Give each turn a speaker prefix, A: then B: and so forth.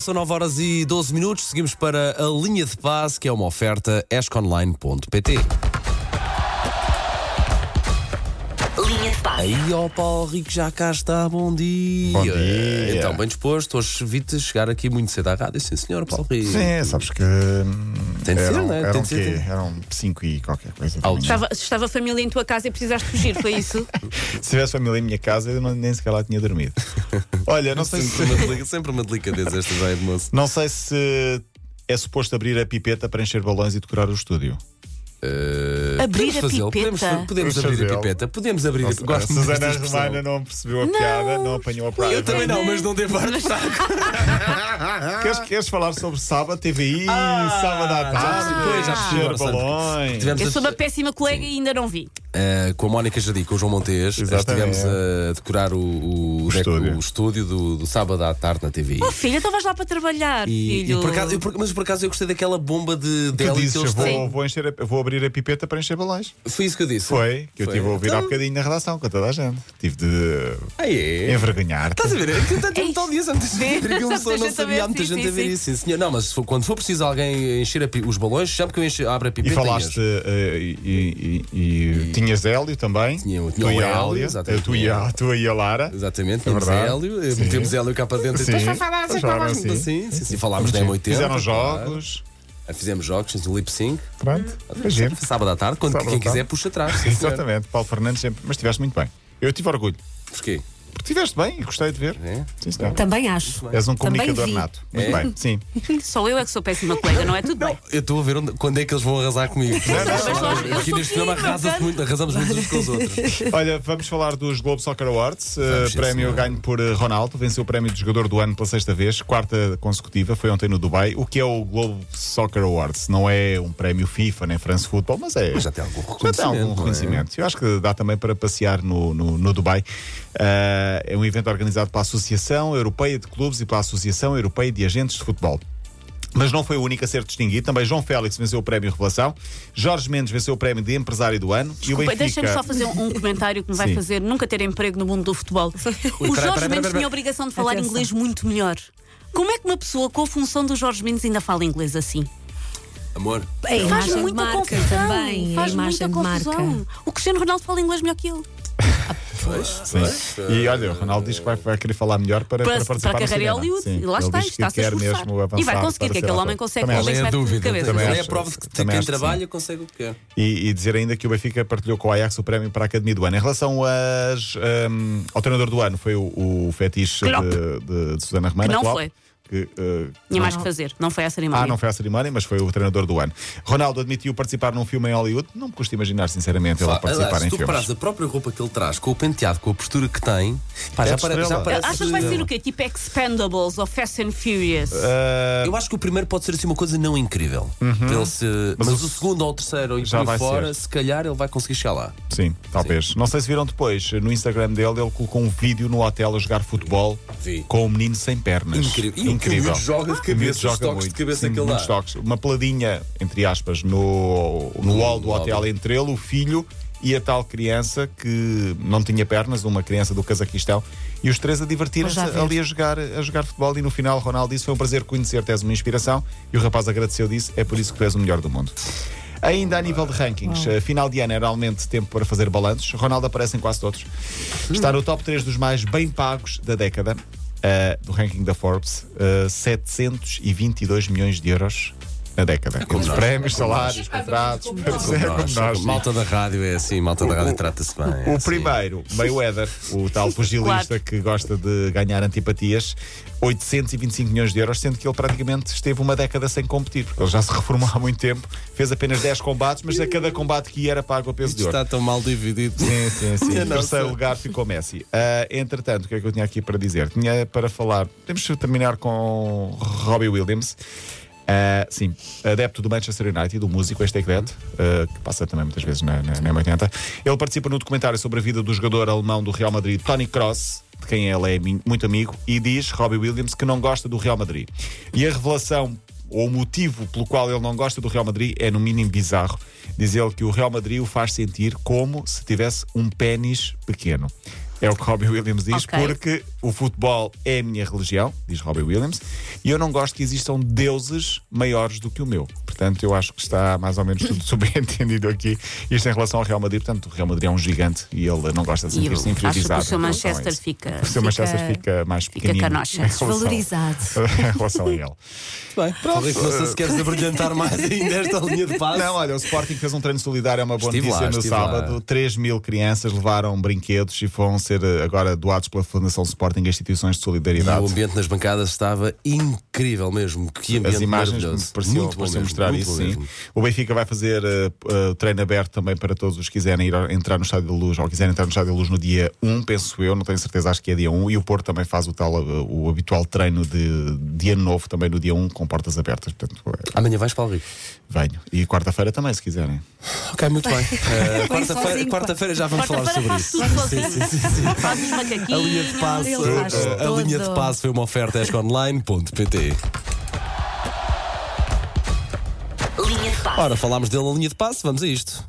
A: são 9 horas e 12 minutos. Seguimos para a linha de paz, que é uma oferta esconline.pt.
B: Linha de passe.
A: Aí, ó, Paulo Rico, já cá está, bom dia.
C: Bom dia.
A: Então, bem disposto, hoje vi-te chegar aqui muito cedo à rádio. Sim, senhor, Paulo Rico.
C: Sim, sabes que. hum,
A: Tem de ser,
C: eram,
A: né? Tem
C: Eram
A: de ser,
C: quê?
A: tem de-
C: Eram 5 e qualquer coisa.
A: Ouch.
C: da manhã.
D: Estava, estava a família em tua casa e precisaste fugir, foi isso?
C: Se tivesse família em minha casa, eu não- nem sequer lá tinha dormido. Olha, não sei
A: Sempre
C: se.
A: uma, delica- sempre uma delicadeza esta já é de moço.
C: Não sei se é suposto abrir a pipeta para encher balões e decorar o estúdio.
A: Eh,
D: Abrir
A: podemos
D: a
A: fazê-lo, Podemos,
D: pipeta.
A: podemos
C: Vamos
A: abrir a
C: fazê-lo.
A: pipeta. Podemos abrir a
C: Não sei,
A: pipeta.
C: a Susana Romana não percebeu a piada, não apanhou a piada.
A: Eu também não, mas não devo estar.
C: Ah, Queres, queres falar sobre sábado, TVI, sábado à tarde,
A: percebi, pois, Ah, já percebi,
C: encher
A: agora sabes.
C: balões?
A: Tivemos
D: Eu
A: a-
D: sou uma péssima colega e ainda não vi.
A: Uh, com a Mónica Jardim, com o João Montes,
C: Exatamente.
A: estivemos a decorar o, o, o
C: estúdio.
A: o estúdio do, do sábado à tarde na TV.
D: Oh filha, então vais lá para trabalhar,
A: E- e
D: filho.
A: por acaso- eu por- mas por acaso eu gostei daquela bomba de
C: Tu
A: dela que
C: dizes,
A: eles têm.
C: vou, vou, encher a- vou abrir a pipeta para encher balões.
A: Foi isso que eu disse.
C: Foi, que eu
A: Foi.
C: tive a ouvir há
A: Então-
C: bocadinho na redação com toda a gente. Tive de
A: Ah, é?
C: envergonhar.
A: Estás a ver? É que eu
D: É
A: tenho
D: isso.
A: tal dias antes de vir aquilo,
D: Sabes,
A: só
D: eu
A: não
D: também,
A: sabia há muita
D: sim,
A: gente
D: sim,
A: a ver
D: sim.
A: isso. Sim, senhor. Não, mas se for- quando for preciso alguém encher a pi- os balões, sempre que eu enche, abro a
C: E
A: pipeta.
C: falaste,
A: enche.
C: eh, e, e- e- tinhas Hélio também,
A: Tinha- tinha
C: tu
A: o
C: e a
A: Hélio,
C: Ália,
A: exatamente.
C: eh, tu e a, tu e a Lara.
A: Exatamente,
C: É
A: tínhamos
C: verdade.
A: Hélio, eh,
C: Sim.
A: metemos Hélio cá para dentro
C: Sim.
A: e depois vai falar assim,
C: Falaram
A: assim.
C: assim.
A: Sim, sim, sim, falámos da M80.
C: Fizeram
A: claro.
C: jogos,
A: Fizemos jogos, fizemos lip sync.
C: pronto, foi giro.
A: Sábado à tarde, quando
C: Sábado à
A: quem
C: tarde.
A: quiser puxa atrás. sim, senhor.
C: Exatamente, Paulo Fernandes sempre, mas estiveste muito bem. Eu tive orgulho,
A: Porquê?
C: porque estiveste bem e gostei de ver.
A: É?
C: Sim, senhor.
D: Também acho.
C: És um
D: Também
C: comunicador
D: vi.
C: nato. Muito
A: É?
C: bem, sim.
D: Só eu é que sou péssima colega, não é? Tudo bem.
A: Eu estou a ver onde- quando é que eles vão arrasar comigo.
D: mas nós- eu
A: Aqui
D: sou
A: neste programa
D: aqui,
A: arrasa-se
D: portanto.
A: muito, arrasamos muito uns com os outros.
C: Olha, vamos falar dos Globo Soccer Awards. Eh,
A: Vamos, sim,
C: prémio
A: senhor.
C: ganho por eh, Ronaldo. Venceu o prémio de jogador do ano pela sexta vez, quarta consecutiva. Foi ontem no Dubai. O que é o Globo Soccer Awards? Não é um prémio FIFA nem France Football, mas é.
A: Mas já tem algum
C: Já tem
A: reconhecimento,
C: algum
A: não é?
C: reconhecimento. Eu acho que dá também para passear no, no, no Dubai. Eh, é um evento organizado pela Associação Europeia de Clubes e pela Associação Europeia de Agentes de Futebol. Mas não foi o único a ser distinguido. Também João Félix venceu o prémio Revelação. Jorge Mendes venceu o prémio de Empresário do Ano. e o
D: Desculpa,
C: Benfica...
D: Deixa-me só fazer um comentário que me vai
C: Sim.
D: fazer nunca ter emprego no mundo do futebol.
A: peraí,
D: o
A: peraí,
D: Jorge
A: peraí,
D: Mendes
A: peraí.
D: tinha a obrigação de falar
E: Atenção.
D: inglês muito melhor. Como é que uma pessoa com a função do Jorge Mendes ainda fala inglês assim?
A: Amor,
E: A imagem
D: Faz
E: de
D: muita
E: marca
D: confusão.
E: também.
D: Faz
E: a
D: muita
E: imagem de
D: confusão.
E: marca.
D: O Cristiano Ronaldo fala inglês melhor que ele.
A: pois.
C: Sim. E olha, o Ronaldo diz que vai, vai querer falar melhor para, para
D: para, para
C: participar
D: a carreira
C: no cinema.
D: Hollywood.
C: Sim.
D: E lá
C: Ele
D: está,
C: diz que
D: está a se
C: quer
D: esforçar.
C: mesmo avançar
D: E vai conseguir,
C: para
D: que
C: ser
D: aquele homem
C: ator.
D: consegue.
C: Também
D: Ele
C: acho.
A: Qual é a
D: Vai tudo de
A: dúvida?
D: cabeça.
A: Também
C: Também
A: é a
C: acho
A: prova
C: que
A: de
C: sim.
A: que
C: Também
A: quem
C: acho que sim.
A: trabalha consegue o que quer.
C: E, e dizer ainda que o Benfica partilhou com o Ajax o prémio para a Academia do Ano. Em relação às, hum, ao treinador do ano, foi o, o fetiche
D: Klopp.
C: de, de, de Susana Romana.
D: Que não
C: Klopp,
D: foi.
C: que, eh,
D: Tinha mais que fazer, não foi a cerimónia.
C: Ah, não foi à cerimónia, mas foi o treinador do ano. Ronaldo admitiu participar num filme em Hollywood. Não me custa imaginar, sinceramente, ele a
A: Pá, aliás,
C: participar
A: se
C: em
A: tu
C: filmes.
A: reparas a própria roupa que ele traz, com o penteado, com a postura que tem, pá, já,
C: de
A: pare- já
C: estrela.
A: parece.
D: Achas que vai ser o quê? Tipo Expendables ou Fast and Furious?
A: Ah,
C: Eh,
A: Eu acho que o primeiro pode ser assim uma coisa não incrível. Para ele se- Mas,
C: Uhum. o-
A: o segundo ou o terceiro e
C: Já
A: por
C: vai
A: aí fora,
C: ser.
A: se calhar ele vai conseguir chegar lá.
C: Sim, talvez. Não sei se viram depois. No Instagram dele, ele colocou um vídeo no hotel a jogar futebol
A: Vi.
C: com um menino sem pernas.
A: Incrível. E o que o miúdo joga de
C: O miúdo
A: cabeça, os
C: joga
A: toques de
C: muito.
A: cabeça
C: Sim,
A: que ele
C: muitos
A: dá.
C: toques. Uma peladinha, entre aspas, no, no hall do
A: hall.
C: hotel entre ele, o filho e a tal criança que não tinha pernas, uma criança do Cazaquistão, e os três a divertirem-se
E: Vou já ver.
C: ali a jogar, a jogar futebol. E no final, Ronaldo disse: Foi um prazer conhecer-te, és uma inspiração. E o rapaz agradeceu, disse: É por isso que tu és o melhor do mundo. Ainda a nível de rankings, eh, final de ano é realmente tempo para fazer balanços. Ronaldo aparece em quase todos. Está no top 3 dos mais bem pagos da década, eh, do ranking da Forbes. eh, 722 milhões de euros na década. Entre
A: É nós.
C: prémios, salários, contratos,
A: Como
C: é
A: nós,
C: como nós, sim.
A: malta da rádio é assim, malta da rádio trata-se bem. é
C: O
A: assim.
C: primeiro, Mayweather, o tal pugilista
D: Claro.
C: que gosta de ganhar antipatias, 825 milhões de euros, sendo que ele praticamente esteve uma década sem competir, porque ele já se reformou há muito tempo, fez apenas 10 combates, mas a cada combate que ia era pago a peso de
A: Isto
C: ouro.
A: está tão mal dividido.
C: Sim, sim, sim.
A: Minha
C: Em
A: nossa.
C: terceiro lugar ficou Messi. Ah, entretanto, o que é que eu tinha aqui para dizer? Tinha para falar. Temos que terminar com Robbie Williams. Ah, sim, adepto do Manchester United, o músico, este é que que passa também muitas vezes na, na, na M80. Ele participa no documentário sobre a vida do jogador alemão do Real Madrid, Tony Cross, de quem ele é mi- muito amigo, e diz, Robbie Williams, que não gosta do Real Madrid. E a revelação ou o motivo pelo qual ele não gosta do Real Madrid é no mínimo bizarro. Diz ele que o Real Madrid o faz sentir como se tivesse um pênis pequeno. É o que Robbie Williams diz,
D: Ok.
C: porque o futebol é a minha religião, diz Robbie Williams, e eu não gosto que existam deuses maiores do que o meu. Portanto, eu acho que está mais ou menos tudo subentendido aqui. Isto em relação ao Real Madrid, portanto, o Real Madrid é um gigante e ele não gosta de
D: E eu
C: sentir-se
D: acho que
C: inferiorizado.
D: o
C: em relação
D: seu
C: a
D: Manchester
C: isso.
D: fica.
C: O seu Manchester fica mais
D: fica
C: pequenino
D: canocha.
C: em relação-
E: Desvalorizado.
C: em relação a ele.
A: Bem, talvez não sei se queres abrilhantar mais ainda esta linha de passe.
C: Não, olha, o Sporting fez um treino solidário, é uma boa
A: Estive
C: notícia.
A: lá,
C: no
A: estive lá.
C: sábado, 3 mil crianças levaram brinquedos e vão ser eh, agora doados pela Fundação Sporting a instituições de
A: E
C: solidariedade.
A: o ambiente nas bancadas estava incrível mesmo. Que ambiente
C: As imagens
A: maravilhoso.
C: pareciam,
A: muito bom
C: pareciam
A: mesmo,
C: mostrar
A: muito
C: isso,
A: bom
C: sim.
A: mesmo.
C: O Benfica vai fazer eh, p- eh, treino aberto também para todos os que quiserem ir, ao- entrar no Estádio da Luz ou quiserem entrar no Estádio da Luz no dia 1, penso eu, não tenho certeza, acho que é dia 1. E o Porto também faz o, tal, eh, o habitual treino de dia novo também no dia 1 com portas abertas. Portanto, eh,
A: Amanhã vais para o Rico.
C: venho. E quarta-feira também, se quiserem.
A: Ok, muito bem. Eh, quarta-feira
E: sozinho,
A: quarta-feira já vamos falar sobre
D: Quarta-feira faz
A: isso.
D: tudo sozinho. Faz
A: A
D: os
A: linha
D: macaquinhos. é?
A: de passe,
E: Ele faz
A: eh, a
E: todo.
A: linha de passe foi uma oferta esconline.pt.
B: Linha de passe.
A: Ora, falámos dele na linha de passe, vamos a isto.